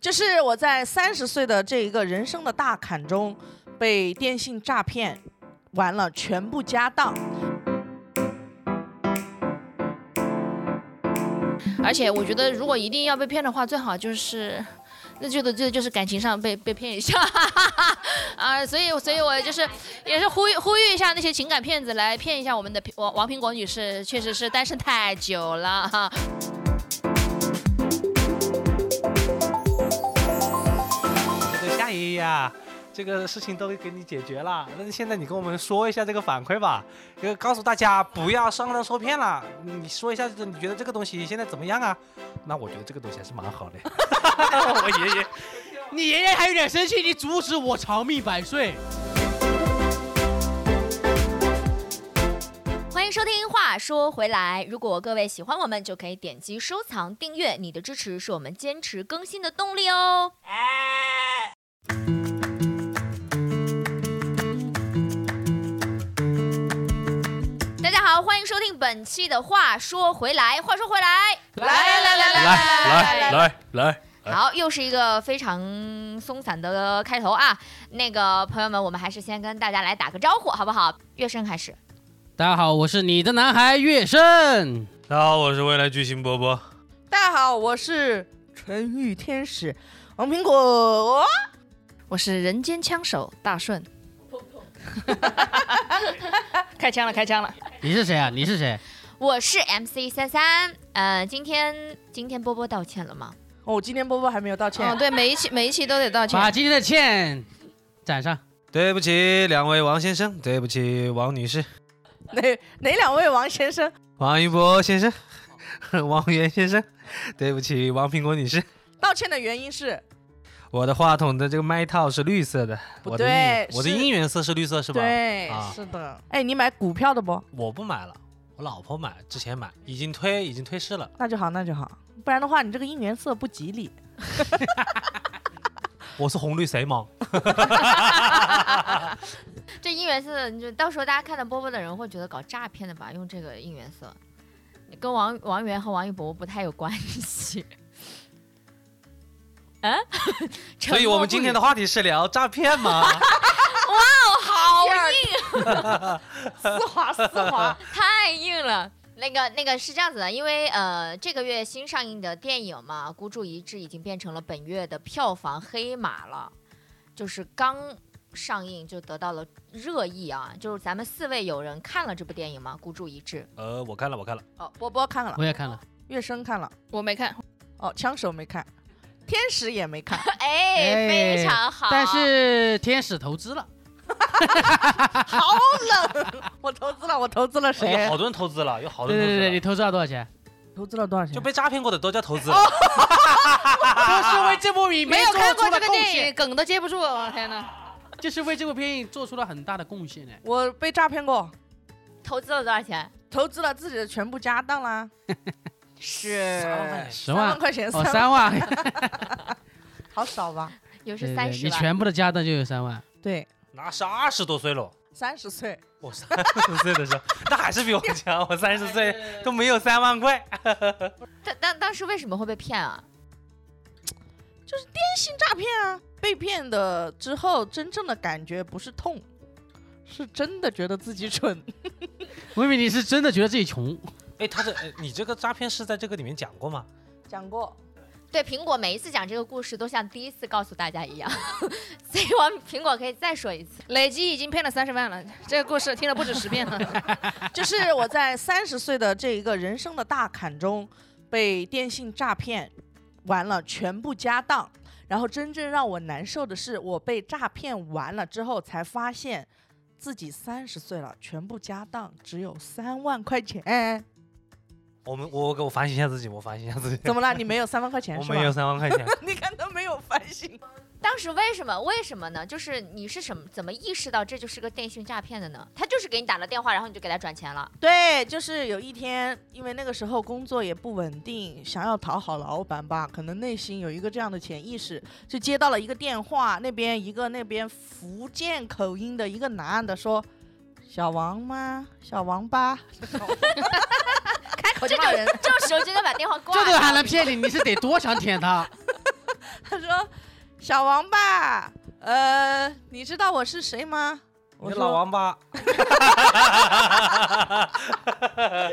这是我在三十岁的这一个人生的大坎中，被电信诈骗完了全部家当。而且我觉得，如果一定要被骗的话，最好就是，那就得这就是感情上被被骗一下 啊！所以，所以我就是也是呼吁呼吁一下那些情感骗子来骗一下我们的苹王王苹果女士，确实是单身太久了哈。这夏爷爷啊，这个事情都给你解决了，但是现在你跟我们说一下这个反馈吧，就告诉大家不要上当受骗了。你说一下，你觉得这个东西现在怎么样啊？那我觉得这个东西还是蛮好 的。我爷爷，你爷爷还有点生气，你阻止我长命百岁。欢迎收听。话说回来，如果各位喜欢我们，就可以点击收藏、订阅。你的支持是我们坚持更新的动力哦。大家好，欢迎收听本期的《话说回来》。话说回来，来来来来来来来，来，哎好，又是一个非常松散的开头啊！那个朋友们，我们还是先跟大家来打个招呼，好不好？乐声开始。大家好，我是你的男孩月胜。大家好，我是未来巨星波波。大家好，我是纯欲天使王苹果。哦我是人间枪手大顺，开枪了，开枪了！你是谁啊？你是谁？我是 MC 三三，呃，今天今天波波道歉了吗？哦，我今天波波还没有道歉。哦，对，每一期每一期都得道歉。把今天的欠攒上。对不起，两位王先生，对不起，王女士，哪 哪两位王先生？王一博先生，哦王源先生，对不起，王苹果女士。道歉的原因是我的话筒的这个麦套是绿色的，不我的对应我的是应援色是绿色是吧？对啊，是的。哎，你买股票的不？我不买了，我老婆买，之前买，已经推已经退市了。那就好，那就好。不然的话，你这个应援色不吉利。我是红绿谁盲？这应援色，你就到时候大家看到波波的人会觉得搞诈骗的吧，用这个应援色，跟王王源和王一博不太有关系。 啊， 所以我们今天的话题是聊诈骗吗？ 好丝滑丝滑。太硬了。那个那个是这样子的，因为呃，这个月新上映的电影嘛，《孤注一掷》已经变成了本月的票房黑马了，就是刚上映就得到了热议啊。就是咱们四位有人看了这部电影吗？《孤注一掷呃，我看了，我看了，哦，波波看了，我也看了，月生看了，我没看，哦，枪手没看，天使也没 看。》 哎，哎非常好。但是天使投资了， 我投资了，我投资了谁有好？多人投资了，有好多对人投对对资了对，你投资了多少钱？投资了多少钱？就被诈骗过的都叫投 哦资。啊就是为这部影没片有做看出过了这个贡电影，献，梗都接不住，我天哪！就是为这部电影做出了很大的贡献呢。我被诈骗过，投资了多少钱？投资了自己的全部家当 啦，是十三万万块钱，哦，三三万，好少吧？有对是对三你十万。全部的家当就有三万。对，那是二十多岁了，三十岁，我三十岁的时候，那还是比我强。我三十岁都没有三万块， 但但当时为什么会被骗啊？性诈骗啊！被骗的之后，真正的感觉不是痛，是真的觉得自己蠢。我以为你是真的觉得自己穷，哎，他这哎你这个诈骗是在这个里面讲过吗？讲过，对，苹果每一次讲这个故事都像第一次告诉大家一样， 所以我们苹果可以再说一次。累计已经骗了三十万了，这个故事听了不止十遍 了。就是我在三十岁的这一个人生的大坎中，被电信诈骗完了全部家当。然后真正让我难受的是，我被诈骗完了之后才发现，自己三十岁了，全部家当只有三万块 钱。我们我我我反省一下自己，我反省一下自己，怎么了？你没有三万块钱我是吧？没有三万块 钱。你看他没有反省。当时为什么？为什么呢？就是你是什么怎么意识到这就是个电信诈骗的呢？他就是给你打了电话，然后你就给他转钱了。对，就是有一天，因为那个时候工作也不稳定，想要讨好老板吧，可能内心有一个这样的潜意识，就接到了一个电话，那边一个那边福建口音的一个男的说：“小王吗？小王吧。开口就骂人，这时候就应该把电话挂这了。都还能骗你，你是得多想舔他？” 他说：“小王八，呃，你知道我是谁吗？你我的说老王八，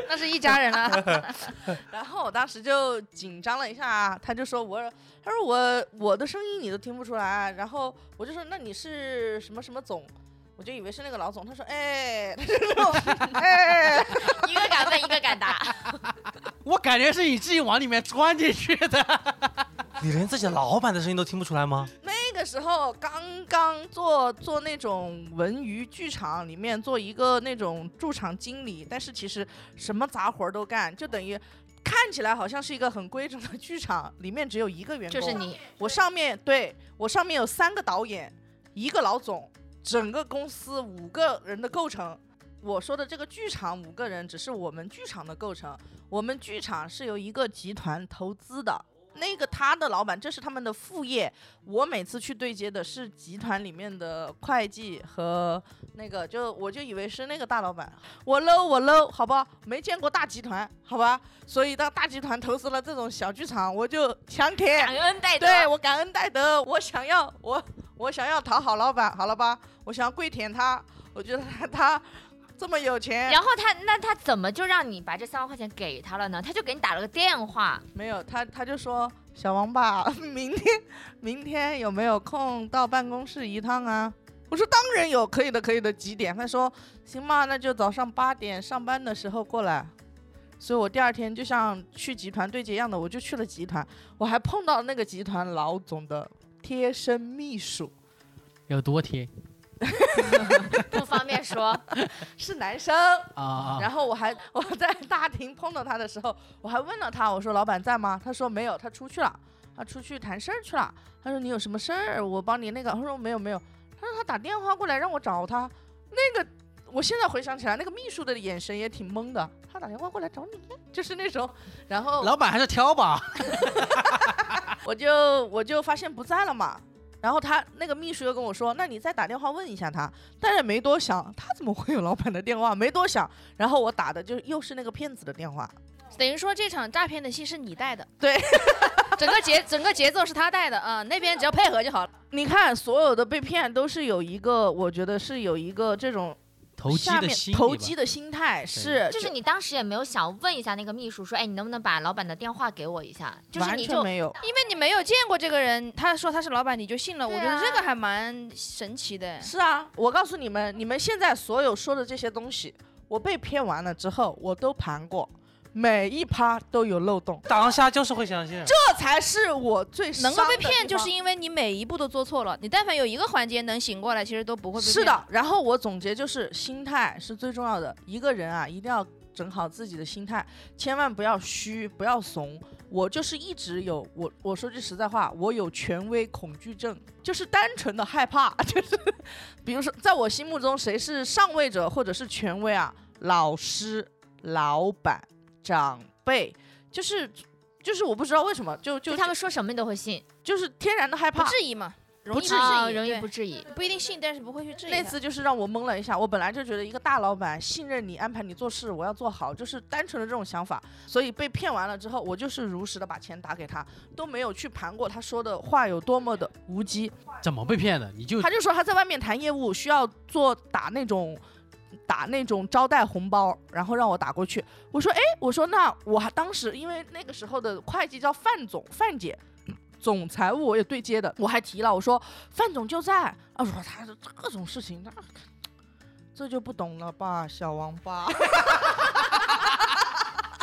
那是一家人 了。然后我当时就紧张了一下，他就说我，他说我我的声音你都听不出来，然后我就说那你是什么什么总，我就以为是那个老总，他说哎，他就说哎，一个敢问，一个敢答。我感觉是你自己往里面钻进去的。你连自己的老板的声音都听不出来吗？那个时候刚刚做做那种文娱剧场里面做一个那种驻场经理，但是其实什么杂活儿都干，就等于。看起来好像是一个很规整的剧场，里面只有一个员工，就是你，我上面对我上面有三个导演，一个老总，整个公司五个人的构成。我说的这个剧场五个人只是我们剧场的构成，我们剧场是由一个集团投资的，那个他的老板这是他们的副业。我每次去对接的是集团里面的会计和那个，就我就以为是那个大老板，我 low 我 low，好吧，没见过大集团，好吧，所以当大集团投资了这种小剧场，我就强铁。感恩戴德。对我感恩戴德，我想要我我想要讨好老板，好了吧？我想要跪舔他，我觉得他他这么有钱，然后他那他怎么就让你把这三万块钱给他了呢？他就给你打了个电话，没有他他就说小王八， 明天明天有没有空到办公室一趟啊？我说当然有，可以的，可以的，几点？他说行吧，那就早上八点上班的时候过来。所以我第二天就像去集团对接一样的，我就去了集团，我还碰到那个集团老总的贴身秘书， 有多贴不方便说。是男生。啊？然后我还我在大厅碰到他的时候，我还问了他，我说老板在吗？他说没有，他出去了，他出去谈事儿去了。他说你有什么事儿，我帮你那个。他说没有没有，他说他打电话过来让我找他。那个我现在回想起来，那个秘书的眼神也挺懵的，他打电话过来找你，就是那种。 然后老板还是挑吧，我就我就发现不在了嘛。然后他那个秘书又跟我说：“那你再打电话问一下他。”但是没多想，他怎么会有老板的电话？没多想，然后我打的就又是那个骗子的电话。等于说这场诈骗的戏是你带的，对，整个节整个节奏是他带的啊，那边只要配合就好了。你看，所有的被骗都是有一个，我觉得是有一个这种投机下的面心理吧，投机的心态，是就是你当时也没有想问一下那个秘书说，哎，你能不能把老板的电话给我一下？就是完你全就没有。因为你没有见过这个人，他说他是老板，你就信了，我对觉啊得这个还蛮神奇的。是啊，我告诉你们，你们现在所有说的这些东西，我被骗完了之后，我都盘过，每一趴都有漏洞，当下就是会相信。这才是我最能够被伤的地骗，就方是因为你每一步都做错了。你但凡有一个环节能醒过来，其实都不会被骗。是的，，然后我总结就是心态是最重要的。一个人啊，一定要整好自己的心态，千万不要虚，不要怂。我就是一直有我，我说句实在话，我有权威恐惧症，就是单纯的害怕， 就是比如说，在我心目中谁是上位者或者是权威啊？老师、老板、长辈，就是就是我不知道为什么，就就就他们说什么你都会信，就是天然的害不怕，质疑嘛，容易质疑不啊疑，容易对不质疑。不一定信，但是不会去质疑它。那次就是让我懵了一下，我本来就觉得一个大老板信任你，安排你做事，我要做好，就是单纯的这种想法。所以被骗完了之后，我就是如实的把钱打给他，都没有去盘过他说的话有多么的无稽。怎么被骗的？你嗯就他就说他在外面谈业务，需要做打那种。打那种招待红包，然后让我打过去。我说，哎，我说那我还当时因为那个时候的会计叫范总、范姐，总财务我也对接的，我还提了，我说范总就在，啊，我说他这各种事情，那这就不懂了吧，小王八。真的，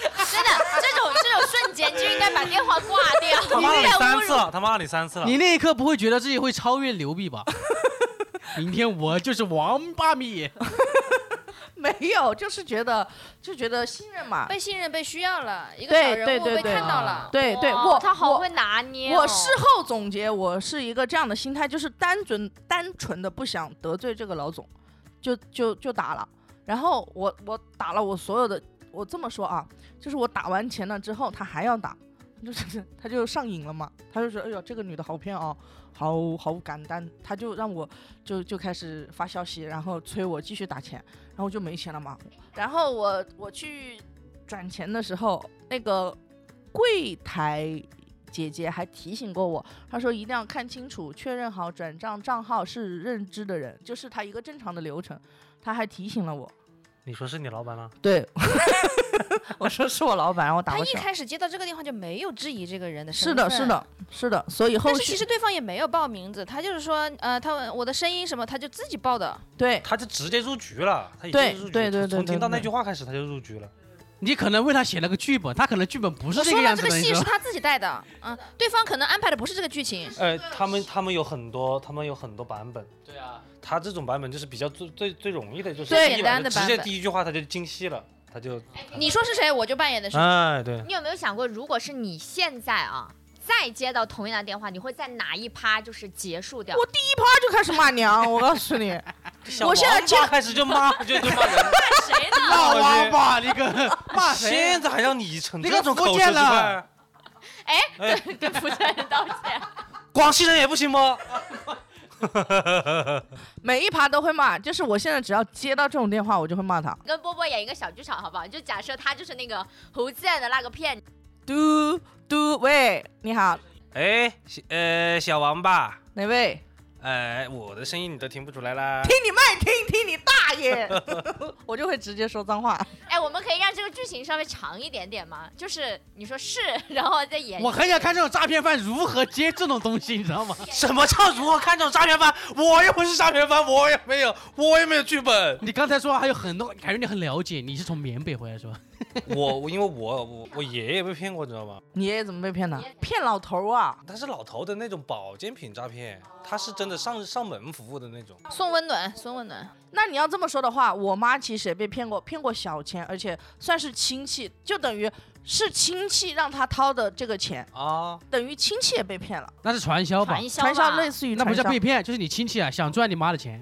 这种这种瞬间就应该把电话挂掉。他骂了你三次了，他骂了你三次了。你那一刻不会觉得自己会超越刘碧吧？ 明天我就是王八米，没有，就是觉得就觉得信任嘛。被信任、被需要了，一个对小人物对被对对看到了。 对对，哇我他好我会拿捏、哦。我事后总结，我是一个这样的心态，就是单纯单纯的不想得罪这个老总，就就就打了。然后我我打了我所有的，我这么说啊，就是我打完钱了之后，他还要打，就是 他就上瘾了嘛，他就说，哎呦，这个女的好骗啊，好好感单，他就让我就就开始发消息，然后催我继续打钱，然后就没钱了嘛。然后我我去转钱的时候，那个柜台姐姐还提醒过我，她说一定要看清楚，确认好转账账号是认知的人，就是她一个正常的流程。她还提醒了我，你说是你老板吗？ 对，我说是我老板，然后打他过一去了。开始接到这个电话就没有质疑这个人的是身份，的，是。的，是的，所以后但是其续实对方也没有报名字，他就是说，呃，他问我的声音什么，他就自己报的。对他就直接入局了，他已经对入局了对对对从对听到那对句话开始他就入局了。你可能为他写了个剧本，他可能剧本不是我这说个了，样这子个的，你戏知道是吗？他自己带的，嗯，对方可能安排的不是这个剧情。呃，他们他们有很多，他们有很多版本。对啊，他这种版本就是比较最最最容易的，就是最一简来单就的直版接本第一句话他就精细了，他就你说是谁，我就扮演的啊是。哎对，你有没有想过，如果是你现在啊，再接到同样的电话，你会在哪一趴就是结束掉？我他就开始骂娘，我告诉你，我现在就开始就骂就就骂人，谁呢？老王八，你个骂谁现？在还让你逞那这个种福口建舌之了快，哎，哎对，跟福建人道歉。广西人也不行吗？每一盘都会骂，就是我现在只要接到这种电话，我就会骂他。跟波波演一个小剧场好不好？就假设他就是那个福建的那个骗子，嘟嘟，喂，你好，哎，小呃，小王八，哪位？呃，我的声音你都听不出来啦听。你麦，听听你大 爷，我就会直接说脏话。哎，我们可以让这个剧情稍微长一点点吗？就是你说是，然后再演。我很想看这种诈骗犯如何接这种东西，你知道吗？。什么叫如何看这种诈骗犯？我又不是诈骗犯，我也没有，我也没有剧本你刚才说还有很多，感觉你很了解，你是从缅北回来是吧？ 我我因为我我我爷爷被骗过，你知道吗？你爷爷怎么被骗的？骗老头儿啊！他是老头的那种保健品诈骗，他是真的上上门服务的那种。送温暖，送温暖。那你要这么说的话，我妈其实也被骗过，骗过小钱，而且算是亲戚，就等于是亲戚让她掏的这个钱，啊，等于亲戚也被骗了。那是传销吧？传销嘛，传销类似于那不传叫销哎被骗，就是你亲戚啊，想赚你妈的钱，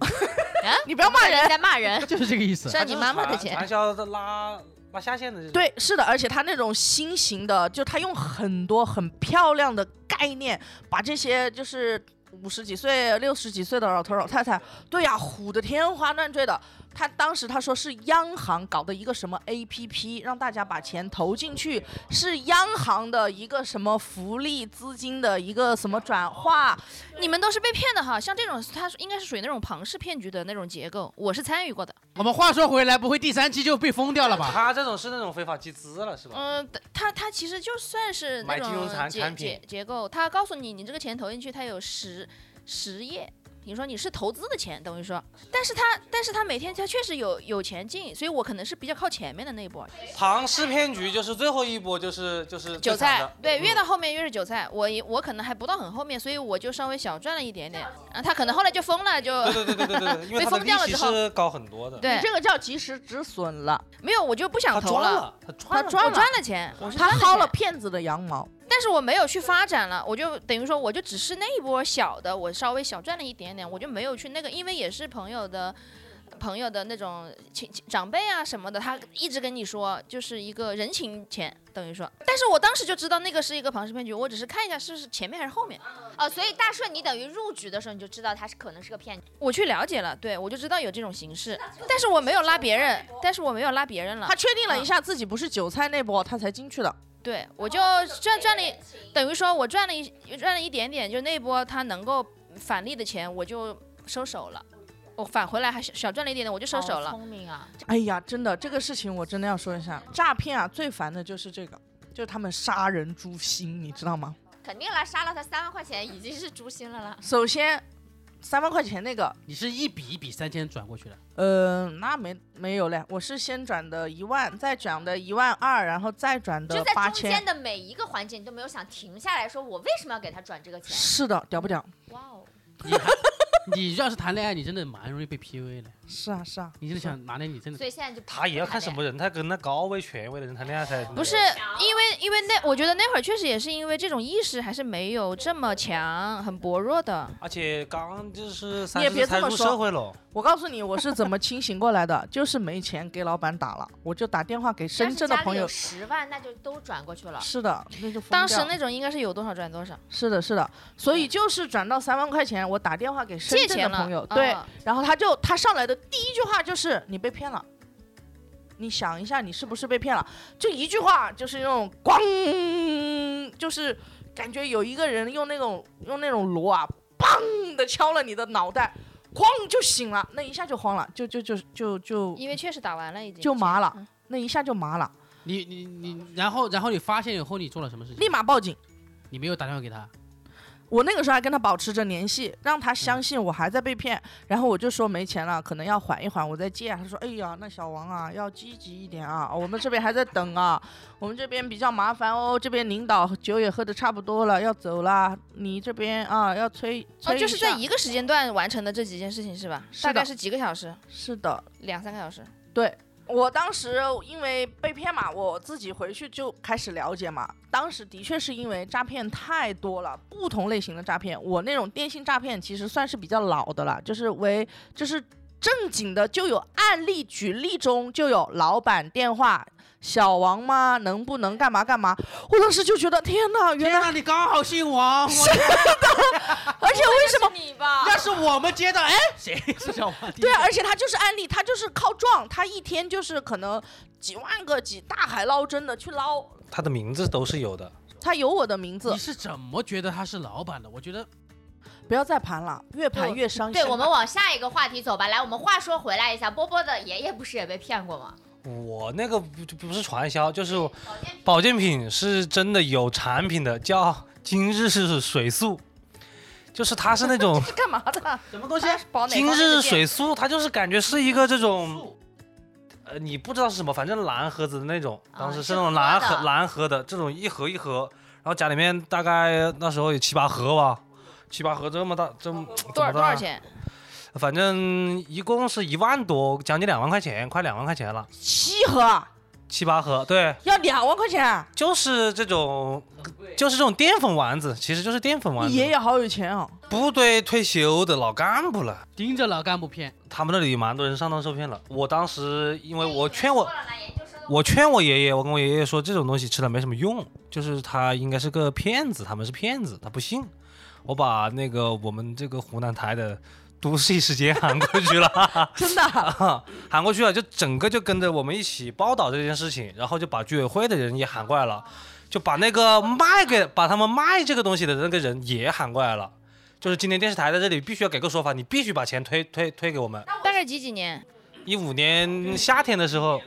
你不要骂人。在骂 人。 就是这个意思。赚你妈妈的钱啊传。销的拉拉下线的。，对，是的，而且他那种新型的，就他用很多很漂亮的概念，把这些就是五十几岁、六十几岁的老头老太太，对呀、唬得天花乱坠的。他当时他说是央行搞的一个什么 APP，让大家把钱投进去，是央行的一个什么福利资金的一个什么转化，你们都是被骗的哈，像这种他应该是属于那种庞氏骗局的那种结构，我是参与过的。我们话说回来，不会第三期就被封掉了吧？他这种是那种非法集资了，是吧？嗯，他他其实就算是那买金融种产结产结品结构，他告诉你，你这个钱投进去，他有十十页。你说你是投资的钱，等于说，但是他但是他每天他确实有有钱进，所以我可能是比较靠前面的那一波庞氏骗局就是最后一波，就是就是韭最惨菜的，对，越嗯到后面越是韭菜，我也我可能还不到很后面，所以我就稍微小赚了一点点，啊，他可能后来就疯了， 就对对对对对对，因被为他的封利掉了息之后是高很多的。，你对，这个叫及时止损了，没有我就不想他投赚了，了，他赚他我赚了，赚了钱，我是他赚薅了钱，骗子的羊毛。但是我没有去发展了，我就等于说我就只是那一波小的，我稍微小赚了一点点，我就没有去那个，因为也是朋友的。朋友的那种亲亲长辈啊什么的，他一直跟你说，就是一个人情钱，等于说。但是我当时就知道那个是一个庞氏骗局，我只是看一下是不是前面还是后面。哦，所以大顺，你等于入局的时候你就知道他是可能是个骗局。我去了解了，对我就知道有这种形式，但是我没有拉别人，但是我没有拉别人了他。确定了一下自己不是韭菜那波，他才进去的。对我就赚赚了一，等于说我赚了一赚了一点点，就那波他能够返利的钱，我就收手了。我返回来还小小赚了一点点，我就哦收手好了。聪明啊！哎呀，真的，这个事情我真的要说一下，诈骗啊，最烦的就是这个，就是他们杀人诛心，你知道吗？肯定啦，杀了他三万块钱已经是诛心了啦。首先，三万块钱那个，你是一笔一笔三千转过去的，呃，那没没有嘞，我是先转的一万，再转的一万二，然后再转就的在八中间千。的每一个环节，你都没有想停下来说，我为什么要给他转这个钱？是的，屌不屌？哇哦！你还你要是谈恋爱，你真的蛮容易被 PUA 的。是啊，是啊，你真的想哪天你真的所以现在就他也要看什么。么人，他跟那高位权威的人谈恋爱才不是因为因为那我觉得那会儿确实也是因为这种意识还是没有这么强，很薄弱的。而且刚就是你三也十别这才么入说社会了，我告诉你，我是怎么清醒过来的，就是没钱给老板打了，我就打电话给深圳的朋友。十万，那就都转过去了。是的，那就疯当时掉那种应该是有多少赚多少，是的，是的，所以就是转到三万块钱，我打电话给深借圳的钱了。朋友，对，嗯然后他就他上来的第一句话就是你被骗了，你想一下你是不是被骗了？就一句话就是那种咣，就是感觉有一个人用那种用那种锣啊，砰的敲了你的脑袋，哐就醒了，那一下就慌了，就就就就就因为确实打完了已经就麻了嗯那一下就麻了，你你你，然后然后你发现以后你做了什么事情？立马报警。你没有打电话给他，我那个时候还跟他保持着联系，让他嗯相信我还在被骗，然后我就说没钱了，可能要缓一缓，我再借啊。他说：“哎呀，那小王啊，要积极一点啊，我们这边还在等啊， 我们这边比较麻烦哦，这边领导酒也喝的差不多了，要走了，你这边啊要催催哦，一就是在下一个时间段完成的这几件事情是吧？是大概的是几个小时，是的，两三个小时。对我当时因为被骗嘛，我自己回去就开始了解嘛。当时的确是因为诈骗太多了，不同类型的诈骗。我那种电信诈骗其实算是比较老的了，就是为就是正经的就有案例举例中就有老板电话。小王吗？能不能干嘛干嘛？我当时就觉得啊天哪，原天来哪，你刚好姓王，我而且为什么是你吧？ 要是我们接到，哎， 谁是小王？对啊，而且他就是案例，他就是靠撞，他一天就是可能几万个几大海捞针的去捞，他的名字都是有的，他有我的名字你，是怎么觉得他是老板的？我觉得不要再盘了，越盘对越伤心。对，我们往下一个话题走吧。来，我们话说回来一下，波波的爷爷不是也被骗过吗？我那个不不是传销，就是保健品保健品是真的有产品的，叫今日是水素，就是它是那种是干嘛的？什么东西？保哪今方面的健日水素，它就是感觉是一个这嗯种，呃，你不知道是什么，反正蓝盒子的那种，啊当时是是那种喝蓝的盒蓝盒的这种一盒一盒，然后家里面大概那时候有七八盒吧，七八盒这么大，这么多少这么多大少钱？反正一共是一万多，将近两万块钱，快两万块钱了，七盒啊七八盒，对，要两万块钱，就是这种，就是这种淀粉丸子，其实就是淀粉丸你子。爷爷好有钱哦。部队退休的老干部了，盯着老干部骗，他们那里蛮多人上当受骗了。我当时因为我劝我做。了来研究生的我劝我爷爷，我跟我爷爷说这种东西吃了没什么用，就是他应该是个骗子，他们是骗子，他不信。我把那个我们这个湖南台的都市异世界喊过去了， 真的啊， 喊过去了，就整个就跟着我们一起报道这件事情，然后就把居委会的人也喊过来了，就把那个卖给把他们卖这个东西的那个人也喊过来了，就是今天电视台在这里必须要给个说法，你必须把钱推推推给我啊们。大概几几年？一五年夏天的时候，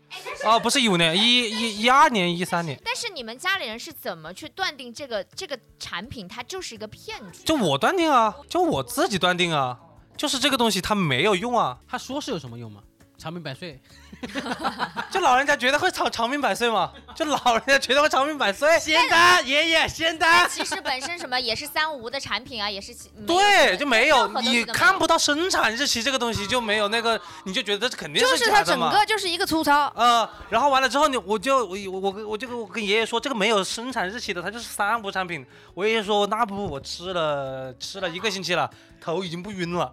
哦，不是一五年，一一一二年、一三年，但是你们家里人是怎么去断定这个这个产品它就是一个骗局？就我断定啊，就我自己断定啊，就是这个东西它没有用啊，他说是有什么用吗？长命百岁，就老人家觉得会长长命百岁嘛，就老人家觉得会长命百岁。仙丹爷爷，仙丹，其实本身什么也是三无的产品啊，也是其没有对，就没有任何东西你都没有看不到生产日期这个东西就没有那个，你就觉得这肯定就是假他的整嘛。个就是一个粗糙，呃，然后完了之后你我就我我我我就跟我跟爷爷说这个没有生产日期的，它就是三无产品。我爷爷说那不我吃了吃了一个星期了，头已经不晕了。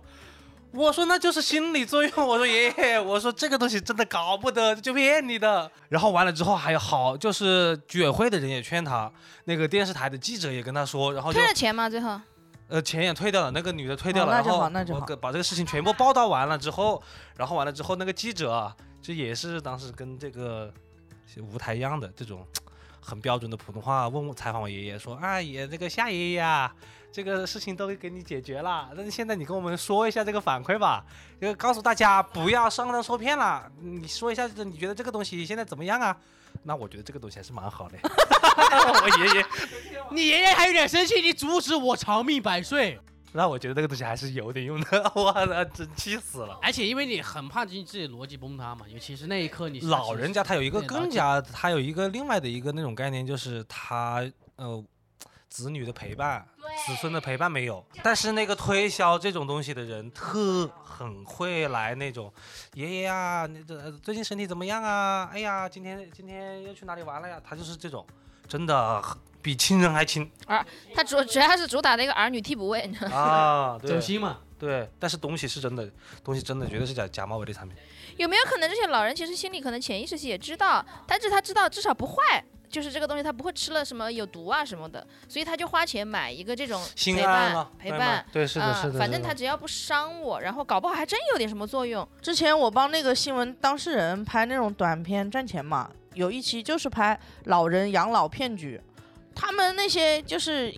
我说那就是心理作用。我说爷爷，我说这个东西真的搞不得，就骗你的。然后完了之后还有好，就是居委会的人也劝他，那个电视台的记者也跟他说，哦然后就退了钱吗？最后呃，钱也退掉了，那个女的退掉了，哦那然就后好那就我好给把这个事情全部报道完了之后，然后完了之后，那个记者啊，这也是当时跟这个舞台一样的这种很标准的普通话问我采访我爷爷说，哎爷这个夏爷爷啊，这个事情都给你解决了，但是现在你跟我们说一下这个反馈吧，就告诉大家不要上当受骗了，你说一下你觉得这个东西现在怎么样啊？那我觉得这个东西还是蛮 好的，我爷爷，你爷爷还有点生气，你阻止我长命百岁，那我觉得这个东西还是有点用的， 我那真气死了。而且因为你很怕你自己逻辑崩塌嘛，尤其是那一刻你是老人家他有一个对更加，他有一个另外的一个那种概念，就是他呃子女的陪伴，子孙的陪伴没有。但是那个推销这种东西的人特很会来那种，爷爷啊，你这呃最近身体怎么样啊？哎呀，今天今天又去哪里玩了呀？他就是这种，真的很比亲人还亲 他主主要是主打的一个儿女替补位，你知道吗啊！走对心嘛，对，但是东西是真的，东西真的绝对是假假冒伪劣产品。有没有可能这些老人其实心里可能潜意识也知道，但是他知道至少不坏，就是这个东西他不会吃了什么有毒啊什么的，所以他就花钱买一个这种心陪安伴了，陪对吗伴。，对，是的，是嗯，的，反是正的他只要不伤我，然后搞不好还真有点什么作用。之前我帮那个新闻当事人拍那种短片赚钱嘛，有一期就是拍老人养老骗局，他们那些就是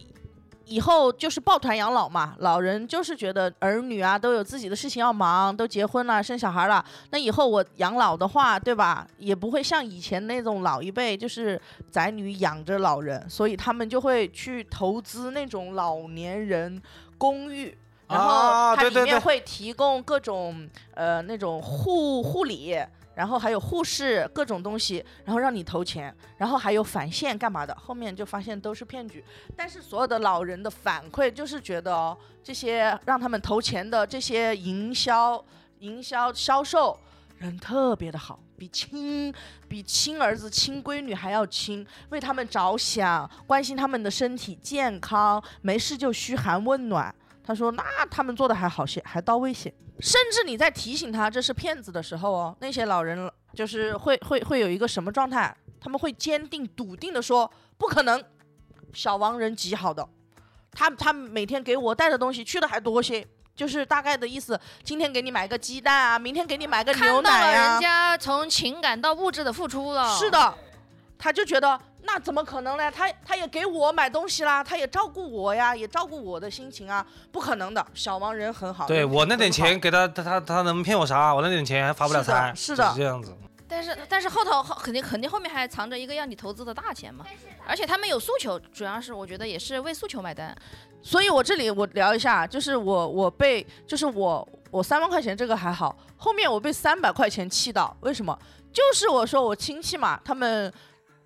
以后就是抱团养老嘛，老人就是觉得儿女啊都有自己的事情要忙，都结婚了生小孩了，那以后我养老的话，对吧，也不会像以前那种老一辈就是宅女养着老人，所以他们就会去投资那种老年人公寓。然后啊它对里对面对会提供各种呃那种护护理，然后还有护士各种东西，然后让你投钱，然后还有返现干嘛的，后面就发现都是骗局。但是所有的老人的反馈就是觉得哦，这些让他们投钱的这些营销、营销销售人特别的好，比亲比亲儿子、亲闺女还要亲，为他们着想，关心他们的身体健康，没事就嘘寒问暖。他说：“那他们做的还好些，还到位些。甚至你在提醒他这是骗子的时候哦，那些老人就是会会会有一个什么状态？他们会坚定笃定的说：不可能，小王人极好的，他他每天给我带的东西去的还多些。”就是大概的意思，今天给你买个鸡蛋啊，明天给你买个看牛到了奶啊，人家从情感到物质的付出了。是，的，他就觉得那怎么可能呢？他他也给我买东西啦，他也照顾我呀，也照顾我的心情啊，不可能的。小王人很好，对人品嗯我那点很好钱，给他，他他他能骗我啥？我那点钱还发不了是的财，是的就这样子。但是但是后头后肯定肯定后面还藏着一个让你投资的大钱嘛，而且他们有诉求，主要是我觉得也是为诉求买单。所以我这里我聊一下，就是我我被就是我我三万块钱这个还好，后面我被三百块钱气到，为什么？就是我说我亲戚嘛，他们。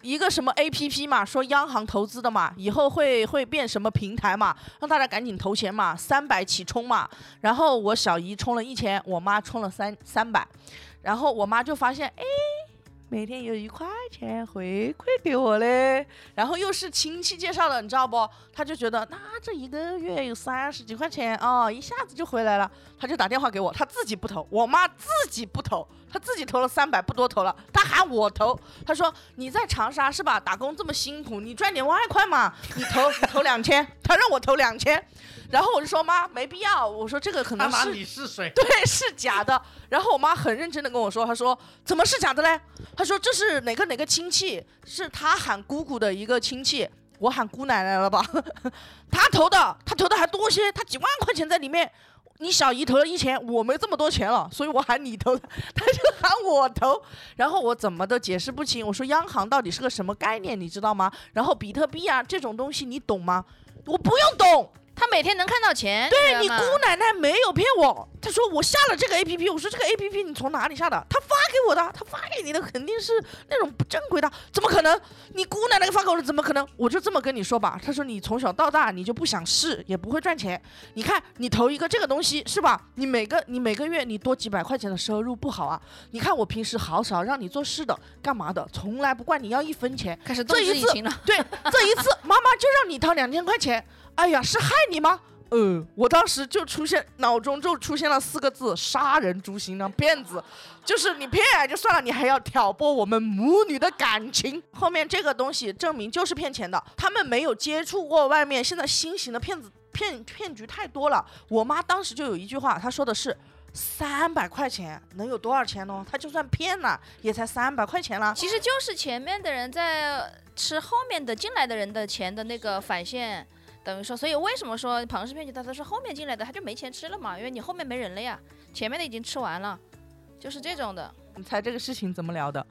一个什么 A P P 嘛，说央行投资的嘛，以后会会变什么平台嘛，让大家赶紧投钱嘛，三百起充嘛。然后我小姨充了一千，我妈充了三三百，然后我妈就发现，哎，每天有一块钱回馈给我嘞，然后又是亲戚介绍的，你知道不？他就觉得那这一个月有三十几块钱啊、一下子就回来了，他就打电话给我，他自己不投，我妈自己不投，他自己投了三百，不多投了，他喊我投，他说你在长沙是吧？打工这么辛苦，你赚点外快嘛，你投你投两千，他让我投两千，然后我就说妈没必要，我说这个可他能拿是你是谁？对，是假的。然后我妈很认真的跟我说，她说怎么是假的嘞？她说这是哪个哪个亲戚，是她喊姑姑的一个亲戚，我喊姑奶奶了吧？ 她投的，她投的还多些，她几万块钱在里面。你小姨投了一千，我没这么多钱了，所以我喊你投的， 她就喊我投，然后我怎么都解释不清。我说央行到底是个什么概念，你知道吗？然后比特币啊这种东西你懂吗？我不用懂，他每天能看到钱，对知你道吗姑奶奶没有骗我，她说我下了这个 A P P，我说这个 A P P 你从哪里下的？她发给我的，她发给你的肯定是那种不正规的，怎么可能？你姑奶奶发给我的怎么可能？我就这么跟你说吧，她说你从小到大你就不想试，也不会赚钱。你看你投一个这个东西是吧？你每个你每个月你多几百块钱的收入不好啊？你看我平时好少让你做事的，干嘛的？从来不管你要一分钱，开始动这一之以次情了。对，这一次妈妈就让你掏两千块钱，哎呀，是害你吗？呃，我当时就出现脑中就出现了四个字：杀人诛心啊，骗子！就是你骗也就算了，你还要挑拨我们母女的感情。后面这个东西证明就是骗钱的，他们没有接触过外面现在新型的骗子骗骗局太多了。我妈当时就有一句话，她说的是。三百块钱能有多少钱呢？她就算骗了，也才三百块钱啦。其实就是前面的人在吃后面的进来的人的钱的那个返现，等于说，所以为什么说庞氏骗局？他都是后面进来的，他就没钱吃了嘛，因为你后面没人了呀，前面的已经吃完了，就是这种的。你猜这个事情怎么聊的？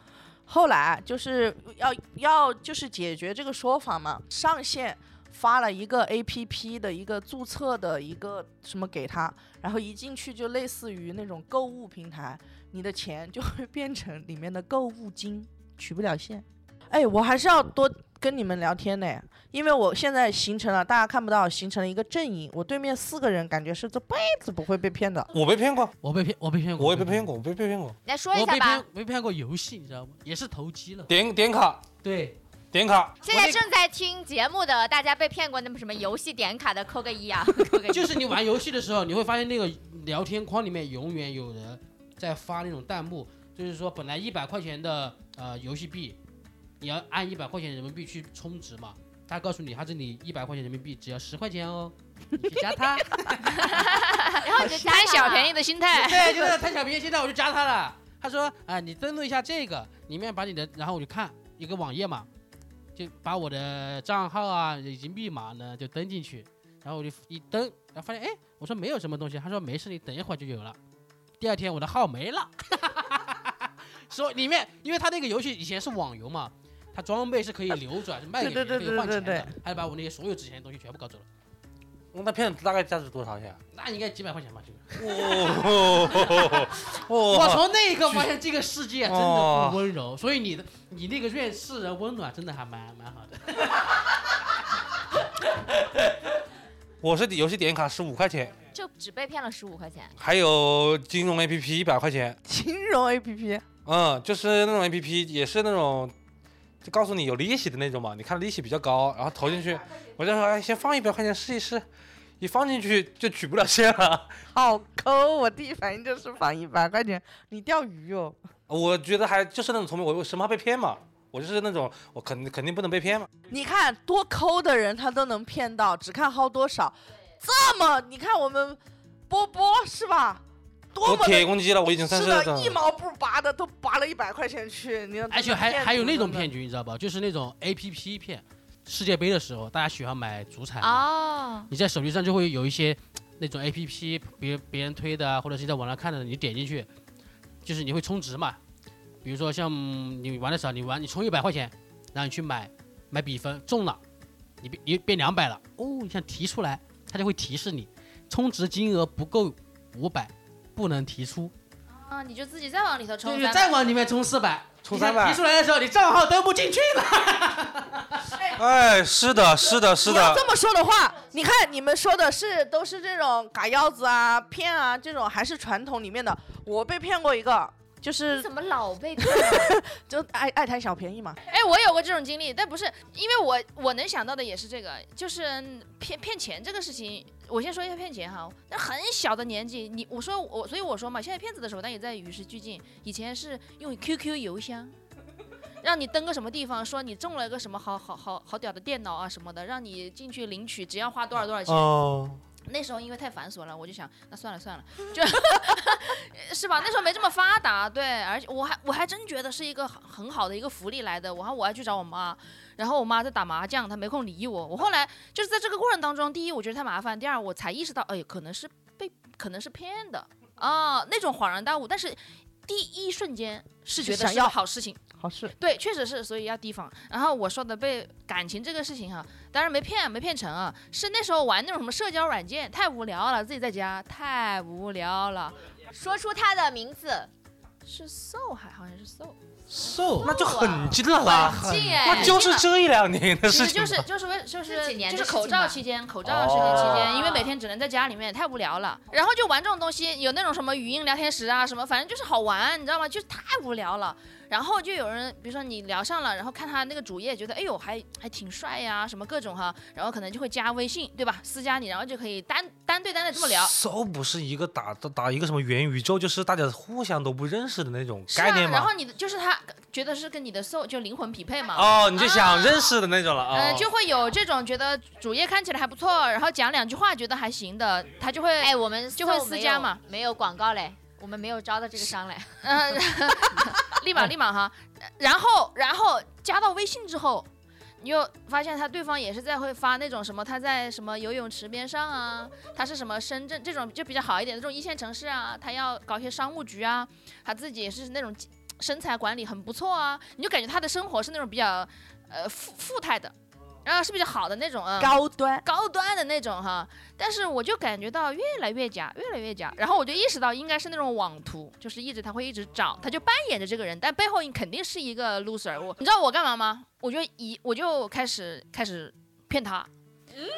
后来啊就是要要就是解决这个说法嘛，上线发了一个 A P P 的一个注册的一个什么给他，然后一进去就类似于那种购物平台，你的钱就会变成里面的购物金，取不了现。哎，我还是要多跟你们聊天呢，因为我现在形成了大家看不到，形成了一个阵营，我对面四个人感觉是这辈子不会被骗的。 我被骗过，我被骗，我被骗过，我也被骗过，我被被骗过。你来说我一被下吧骗。，被骗过游戏，你知道吗？也是投机了。点点卡，对，点卡，现我在那个正在听节目的大家被骗过那么什么游戏点卡的扣个一啊，扣个一。就是你玩游戏的时候，你会发现那个聊天框里面永远有人在发那种弹幕，就是说本来一百块钱的呃游戏币，你要按一百块钱人民币去充值嘛，他告诉你他这里一百块钱人民币只要十块钱哦，你去加他。然后你就啊加贪小宜便宜的心态。对，就是贪小便宜，现在我就加他了。他说啊、你登录一下这个，里面把你的，然后我就看一个网页嘛，就把我的账号啊以及密码呢就登进去，然后我就一登，然后发现哎，我说没有什么东西，他说没事，你等一会儿就有了。第二天我的号没了， 说里面因为他那个游戏以前是网游嘛，他装备是可以流转卖给对对别人可以换对钱对的，他就把我那些所有值钱的东西全部搞走了，那片子大概价值多少钱？啊 那应该几百块钱吧，这个。哦，我哦，从那一刻发现这个世界真的哦不温柔，所以你的你那个愿世人温暖真的还蛮蛮好的。我是游戏点卡十五块钱，就只被骗了十五块钱。还有金融 APP 一百块钱。金融 A P P，嗯，就是那种 APP，也是那种就告诉你有利息的那种嘛。你看利息比较高，然后投进啊去，我就说哎，先放一百块钱试一试。一放进去就取不了现了， 好抠！我第一反应就是放一百块钱，你钓鱼哦。我觉得还就是那种聪明，我我生怕被骗嘛，我就是那种我肯肯定不能被骗嘛。你看多抠的人他都能骗到，只看薅多少。这么你看我们波波是吧？多我么铁的公鸡了，我已经算是是的，一毛不拔的都拔了一百块钱去，你要而且还还有那种骗局，局，你知道吧？就是那种 A P P 骗。世界杯的时候，大家喜欢买足彩嘛哦，你在手机上就会有一些那种 A P P，别别人推的啊，或者是在网上看的，你点进去，就是你会充值嘛。比如说像嗯你玩的少，你玩你充一百块钱，然后你去买买比分中了，你变你变两百了，哦，你想提出来，它就会提示你充值金额不够五百，不能提出，啊，你就自己再往里头就充是三再往里面充四百，充你想300提出来的时候你账号登不进去了。哎，是的，是的，是你要的，这么说的话，你看你们说的是都是这种嘎腰子啊、骗啊这种，还是传统里面的。我被骗过一个，就你是怎么老被骗？就爱爱贪小便宜嘛。哎，我有过这种经历，但不是因为我我能想到的也是这个，就是嗯骗骗钱这个事情。我先说一下骗钱哈，那很小的年纪，你我说我，所以我说嘛，现在骗子的手段也在与时俱进。以前是用 QQ 邮箱，让你登个什么地方，说你中了个什么好好好好屌的电脑啊什么的，让你进去领取，只要花多少多少钱。哦，那时候因为太繁琐了，我就想，那算了算了，就 是吧？那时候没这么发达，对，而且我还我还真觉得是一个很很好的一个福利来的。我还我还去找我妈，然后我妈在打麻将，她没空理我。我后来就是在这个过程当中，第一我觉得太麻烦，第二我才意识到，哎，可能是被可能是骗的啊，那种恍然大悟。但是第一瞬间是觉是得想是个要好事情。好事，对，确实是，所以要提防。然后我说的被感情这个事情哈、当然没骗，没骗成啊，是那时候玩那种什么社交软件太无聊了，自己在家太无聊了，说出他的名字，是 so 还好像是 so， so，那就很近了啦，很近哎那就是这一两年的其事实情就吧。是就是为就这是几年就的是事口情罩吧期间，口罩事情期间，因为哦每天只能在家里面，太无聊了。然后就玩这种东西，有那种什么语音聊天室啊，什么，反正就是好玩，你知道吗？就是太无聊了。然后就有人，比如说你聊上了，然后看他那个主页，觉得哎呦还还挺帅呀、什么各种哈，然后可能就会加微信，对吧？私加你，然后就可以单单对单的这么聊。搜不是一个打打打一个什么元宇宙，就是大家互相都不认识的那种是概啊，念然嘛后。你的就是他觉得是跟你的 soul 就灵魂匹配嘛。哦，你就想认识的那种了呃，啊？就会有这种觉得主页看起来还不错，然后讲两句话觉得还行的，他就会哎，我们就会 Soul 私没有加嘛，没有广告嘞，我们没有招到这个商嘞。嗯，立马立马哈，然后然后加到微信之后，你又发现他对方也是在会发那种什么他在什么游泳池边上啊，他是什么深圳这种就比较好一点的这种一线城市啊，他要搞一些商务局啊，他自己也是那种身材管理很不错啊，你就感觉他的生活是那种比较呃富富态的，然后是比较好的那种啊。高端。高端的那种哈，但是我就感觉到越来越假，越来越假。然后我就意识到应该是那种网图，就是一直他会一直找，他就扮演着这个人，但背后肯定是一个 loser 我。你知道我干嘛吗？我就一我就开始开始骗他，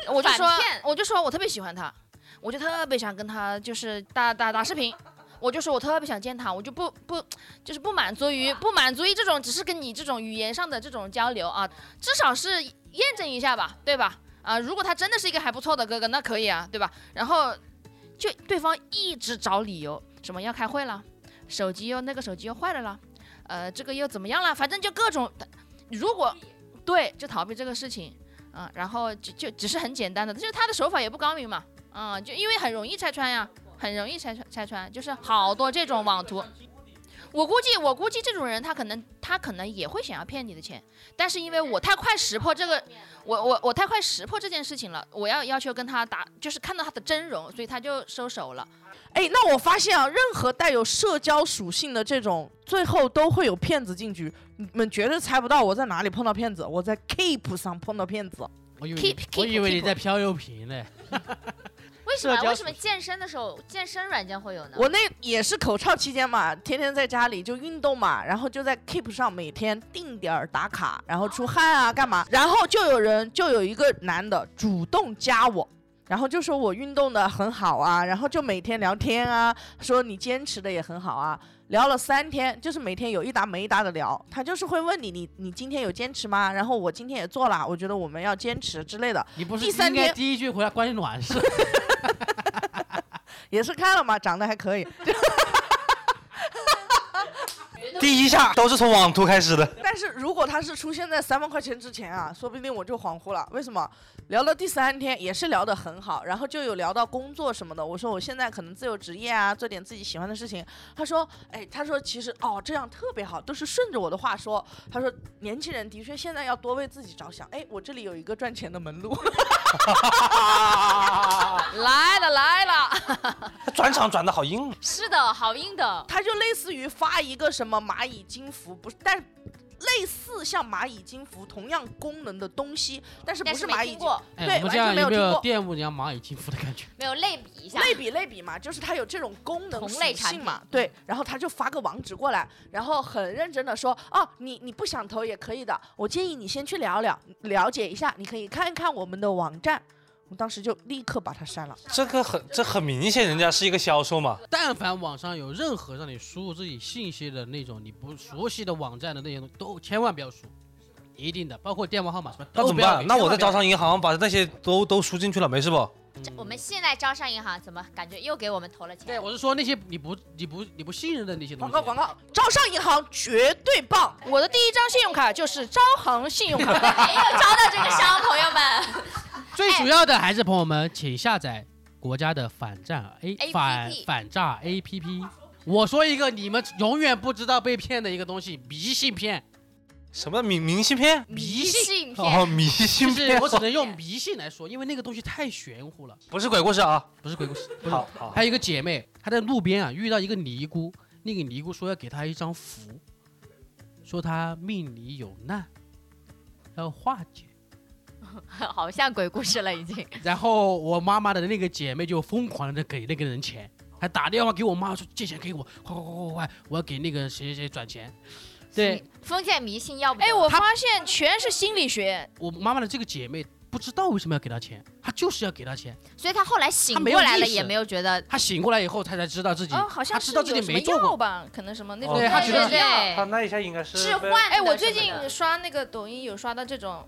我就嗯反说骗我就说我特别喜欢他，我就特别想跟他就是打打打视频。我就说，我特别想见他，我就不不，就是不满足于不满足于这种，只是跟你这种语言上的这种交流啊，至少是验证一下吧，对吧？啊，如果他真的是一个还不错的哥哥，那可以啊，对吧？然后就对方一直找理由，什么要开会了，手机又那个手机又坏了啦，呃，这个又怎么样了？反正就各种，如果对，就逃避这个事情啊，然后就就只是很简单的，就是他的手法也不高明嘛，嗯啊，就因为很容易拆穿呀，很容易拆穿拆穿，就是好多这种网图。我估计，我估计这种人他可能他可能也会想要骗你的钱，但是因为我太快识破这个，我我我太快识破这件事情了，我要要求跟他打，就是看到他的真容，所以他就收手了。哎，那我发现啊，任何带有社交属性的这种，最后都会有骗子进局。你们绝对猜不到我在哪里碰到骗子，我在 Keep 上碰到骗子。我以为 keep- 你我 keep- 以为你 keep 在漂流瓶嘞，为什么啊？社交为什么健身的时候健身软件会有呢？我那也是口罩期间嘛，天天在家里就运动嘛，然后就在 Keep 上每天定点儿打卡，然后出汗啊干嘛，然后就有人就有一个男的主动加我。然后就说我运动的很好啊，然后就每天聊天啊，说你坚持的也很好啊，聊了三天，就是每天有一搭没一搭的聊，他就是会问你，你你今天有坚持吗？然后我今天也做了，我觉得我们要坚持之类的，你不是第三应该天第一句回来关心暖是？也是看了嘛，长得还可以，第一下都是从网图开始的，但是如果他是出现在三万块钱之前啊，说不定我就恍惚了。为什么？聊到第三天也是聊得很好，然后就有聊到工作什么的。我说我现在可能自由职业啊，做点自己喜欢的事情。他说，哎，他说其实哦这样特别好，都是顺着我的话说。他说年轻人的确现在要多为自己着想。哎，我这里有一个赚钱的门路。 来了来了，他转场转的好硬。是的，好硬的。他就类似于发一个什么蚂蚁金服，不是，但类似像蚂蚁金服同样功能的东西，但是不但是没蚂蚁金。听过，哎，对我们完这全样没有有没听有过玷污人家蚂蚁金服的感觉？ 没有类比一下。类比类比嘛，就是它有这种功能同属类产性嘛品，对。然后他就发个网址过来，然后很认真的说，哦，你你不想投也可以的，我建议你先去聊聊了解一下，你可以看一看我们的网站。我当时就立刻把它删了。这个很，这很明显，人家是一个销售嘛。但凡网上有任何让你输入自己信息的那种你不熟悉的网站的那些东西，都千万不要输，一定的，包括电话号码什么那都怎么不要办？给。那我在千万不要招商银行把那些都都输进去了，没事不？这我们现在招商银行怎么感觉又给我们投了钱？对，我是说那些你不你不你不信任的那些东广西。告广告，招商银行绝对棒！我的第一张信用卡就是招行信用卡。 没有招到这个商，朋友们。最主要的还是朋友们，请下载国家的反诈 A APP 反反诈 A P P。我说一个你们永远不知道被骗的一个东西，迷信骗，什么明明信片？迷信哦，片，明就信是片我，只能用迷信来说，因为那个东西太玄乎了，不是鬼故事啊。不是鬼故事。不是好好，还有一个姐妹，她在路边啊遇到一个尼姑，那个尼姑说要给她一张符，说她命里有难，要化解。好像鬼故事了已经。然后我妈妈的那个姐妹就疯狂的给那个人钱，还打电话给我妈说借钱给我，快快快快快，我要给那个谁谁谁转钱。 对封建迷信要不得哎，我发现全是心理学，我妈妈的这个姐妹不知道为什么要给她钱，她就是要给她钱。所以他后来醒他没有过来了，意识也没有觉得。她醒过来以后，她才知道自己，哦，好像她是知有道自己什么没做药过。哦吧，可能什么那种对她对知道对对对，他那一下应该是哎置被换的。哎，我最什近么的刷那个抖音有刷到这种，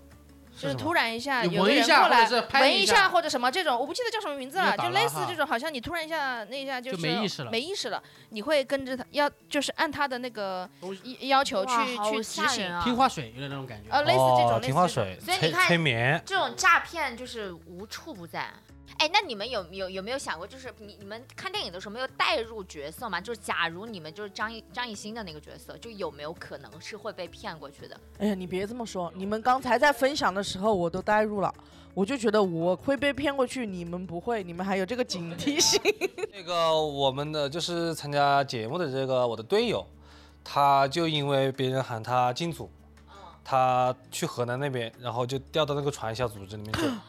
是就什是么突然一下你有个闻一人下过或者来是拍闻一一下下或者什么这种，我不记得叫什么名字了，就打就了类似哈这种，好像你突然一下那一下就是就没意识了没意识了，你会跟着他要就是按他的那个东西要要求哇去好去执吓人行，啊！听话水有点那种感觉。呃，类似这种，哦类听似话这种水，所以你催看催眠。这种诈骗就是无处不在。哎，那你们有有有没有想过，就是你你们看电影的时候没有带入角色吗？就是假如你们就是张艺张艺兴的那个角色，就有没有可能是会被骗过去的？哎呀，你别这么说，你们刚才在分享的时候我都代入了，我就觉得我会被骗过去，你们不会，你们还有这个警惕性。那个我们的就是参加节目的这个我的队友，他就因为别人喊他进组，嗯他去河南那边，然后就调到那个传销组织里面 去了，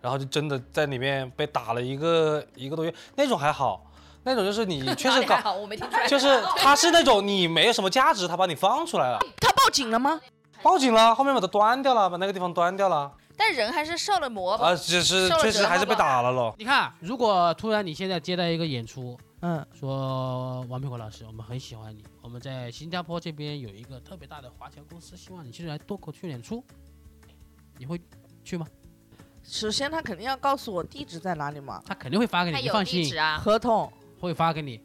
然后就真的在里面被打了一个一个多月，那种还好，那种就是 你确实哎还搞，好我没听出哎来。 就是他是那种你没有什么价值，他把你放出来了，他报警了吗？报警了，后面把他端掉了，把那个地方端掉了，但人还是受了磨吧。啊，只是哦受了确实折还是磨被吧打了咯。你看，如果突然你现在接到一个演出，嗯，说王苹果老师，我们很喜欢你，我们在新加坡这边有一个特别大的华侨公司，希望你进来多口去演出，你会去吗？首先他肯定要告诉我地址在哪里嘛，他肯定会发给你，他你有放地心址，啊，合同、会发给你。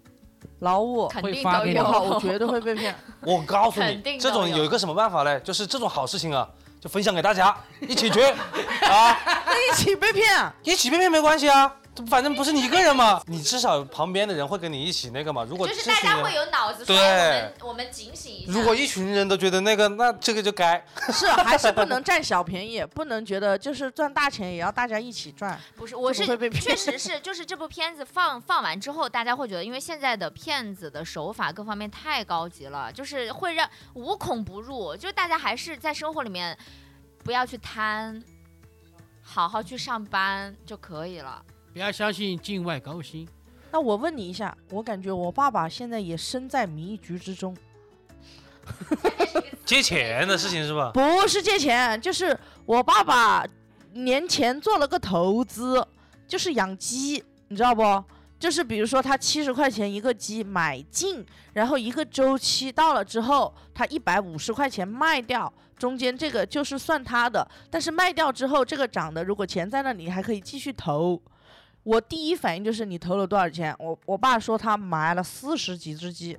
劳务。肯会定发都给你我靠，哦我有。绝对会被骗。我告诉肯你，定这都种有有一个什么办法嘞？就是这种好事情啊， 就分享给大家，一起去啊， 一起被骗，一起骗骗没关系啊，反正不是你一个人嘛，你至少旁边的人会跟你一起那个嘛。如果就这是群大家会人，有脑子说，对哎我们我们警醒一下。如果一群人都觉得那个，那这个就该是还是不能占小便宜，不能觉得就是赚大钱也要大家一起赚。不是，我这是个会被骗确实是，就是这部片子放放完之后，大家会觉得，因为现在的骗子的手法各方面太高级了，就是会让无孔不入，就是大家还是在生活里面不要去贪，好好去上班就可以了。不要相信境外高薪。那我问你一下，我感觉我爸爸现在也身在迷局之中，借钱的事情是吧？不是借钱，就是我爸爸年前做了个投资，就是养鸡，你知道不？就是比如说他七十块钱一个鸡买进，然后一个周期到了之后，他一百五十块钱卖掉，中间这个就是算他的。但是卖掉之后，这个涨的，如果钱在那里，你还可以继续投。我第一反应就是你投了多少钱？我我爸说他买了四十几只鸡，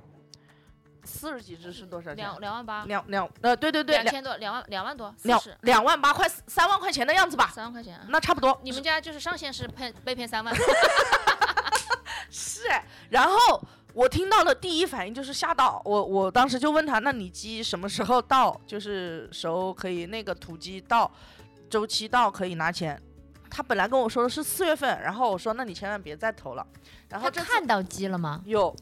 四十几只是多少钱？两两万八，两两呃，对对对，两两千多，两万两万多，四两十两万八块三万块钱的样子吧，三万块钱啊。那差不多。你们家就是上限是骗被骗三万，是，然后我听到的第一反应就是吓到我，我当时就问他，那你鸡什么时候到？就是熟可以那个土鸡到，周期到可以拿钱。他本来跟我说的是四月份，然后我说那你千万别再投了。然后他这次看到鸡了吗？有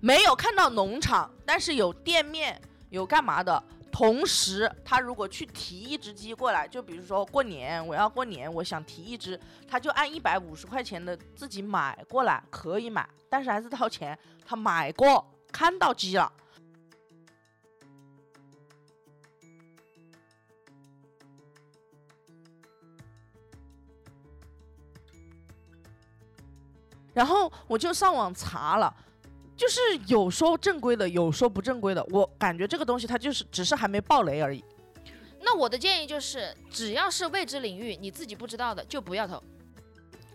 没有看到农场，但是有店面，有干嘛的。同时，他如果去提一只鸡过来，就比如说过年，我要过年，我想提一只，他就按一百五十块钱的自己买过来，可以买，但是还是掏钱。他买过，看到鸡了，然后我就上网查了，就是有说正规的，有说不正规的。我感觉这个东西它就是只是还没爆雷而已。那我的建议就是，只要是未知领域你自己不知道的，就不要投，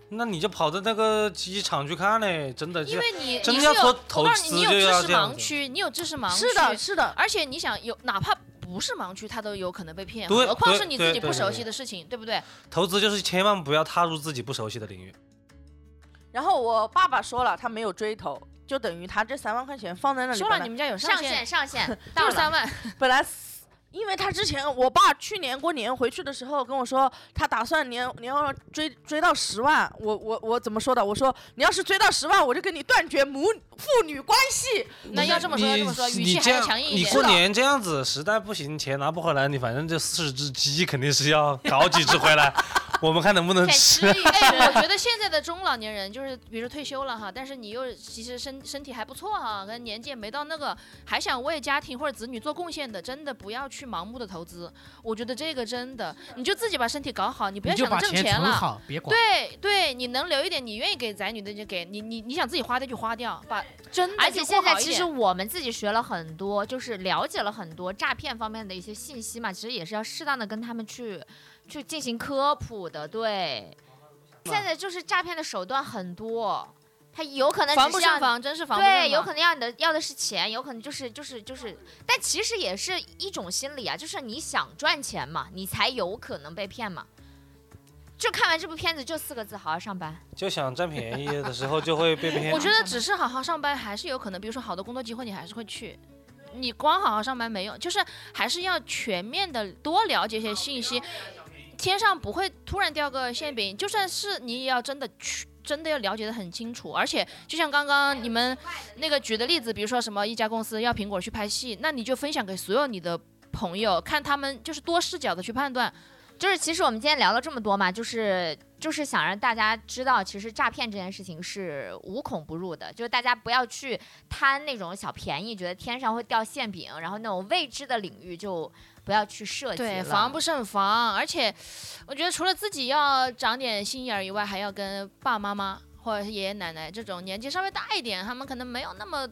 那你就跑到那个机场去看嘞，真的因就为你真你的是要有，投我投告诉你，资你有就要知识这样盲子区，你有知识盲区，是的，是的，而且你想有，哪怕不是盲区，它都有可能被骗，对何况对是你对自己对不对熟对悉的事情，对不对？投资就是千万不要踏入自己不熟悉的领域。然后我爸爸说了，他没有追投，就等于他这三万块钱放在那里。说本了来你们家有上限，线上线到就了是三万，本来死，因为他之前我爸去年过年回去的时候跟我说，他打算年年后追追到十万。我我我怎么说的？我说你要是追到十万，我就跟你断绝母父女关系。那要这么说，要这么说，你语气你这还要样强硬一你点过。年这样子，实在不行钱拿不回来，你反正这四十只鸡肯定是要搞几只回 来，我们看能不能再吃吃。一哎，吃。我觉得现在的中老年人，就是比如说退休了哈，但是你又其实身身体还不错哈，跟年纪也没到那个，还想为家庭或者子女做贡献的，真的不要去盲目的投资。我觉得这个真的，你就自己把身体搞好，你不要你就想着把挣钱存了。好，别管。对对，你能留一点，你愿意给仔女的就给你，你你想自己花的就花掉，把真的而就过且现在好一其点实我们自己学了很多，就是了解了很多诈骗方面的一些信息嘛，其实也是要适当的跟他们去去进行科普的。对，现在就是诈骗的手段很多，他有可能防只不是要胜防，真是防不胜防。对，有可能要你的要的是钱，有可能就是就是就是，但其实也是一种心理啊，就是你想赚钱嘛，你才有可能被骗嘛。就看完这部片子，就四个字：好好上班。就想占便宜的时候就会 被骗我。觉得只是好好上班还是有可能，比如说好的工作机会你还是会去，你光好好上班没用，就是还是要全面的多了解一些信息。天上不会突然掉个馅饼，就算是你也要真的去。真的要了解的很清楚，而且就像刚刚你们那个举的例子，比如说什么一家公司要苹果去拍戏，那你就分享给所有你的朋友，看他们就是多视角的去判断。就是其实我们今天聊了这么多嘛，就是就是想让大家知道，其实诈骗这件事情是无孔不入的，就是大家不要去贪那种小便宜，觉得天上会掉馅饼，然后那种未知的领域就不要去涉及对，了。防不胜防。而且，我觉得除了自己要长点心眼儿以外，还要跟爸爸妈妈或者是爷爷奶奶这种年纪稍微大一点，他们可能没有那么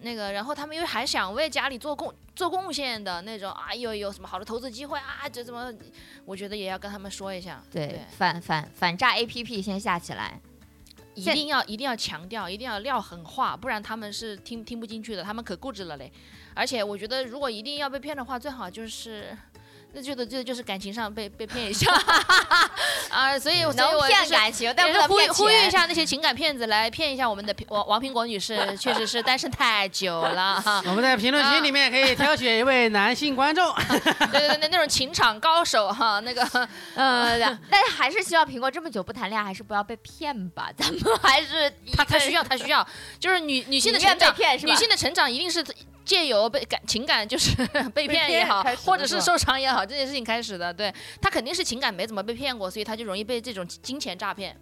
那个，然后他们又还想为家里做贡做贡献的那种啊，有有什么好的投资机会啊，这怎么？我觉得也要跟他们说一下，对反反反诈 A P P 先下起来。一现定要一定要强调，一定要撂狠话，不然他们是听听不进去的，他们可固执了嘞。而且我觉得，如果一定要被骗的话，最好就是那就的这就是感情上被被骗一 下啊，所以所以嗯能我就骗是感情，但但不是呼能吁骗呼吁一钱。下那些情感骗子来骗一下我们的 苹王王苹果女士，确实是单身太久了哈。我们在评论区里面可以挑选一位男性观众，对对对，那那种情场高手哈，那 个嗯，对 但是还是希望苹果这么久不谈恋爱，还是不要被骗吧。咱们还是一他他个需要他需要，就是女女性的宁成愿长被骗是吧女性的成长一定是借由被感情感就是 被骗也好被骗开始，的或者是是吧受伤也好，这件事情开始的。对他肯定是情感没怎么被骗过，所以他就容易被这种金钱诈 骗。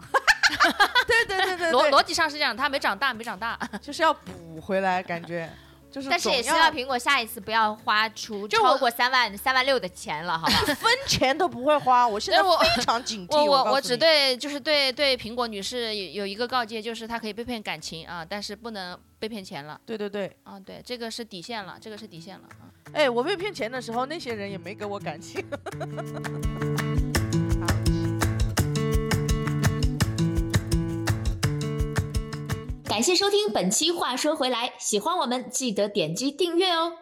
对对对对逻对，逻辑上是这样，他没长大，没长 大。就是要补回来，感 觉就是但是总也希望苹果下一次不要花出就是超我过三万、三万六的钱了，好 吧？分钱都不会花，我现在但是我非常警惕。我我告我诉只你对就是对对苹果女士有有一个告诫，就是她可以被骗感情啊，但是不能被骗钱了对对对，啊。对，这个是底线了，这个是底线了啊。哎，我被骗钱的时候，那些人也没给我感情。感谢收听本期《话说回来》，喜欢我们记得点击订阅哦。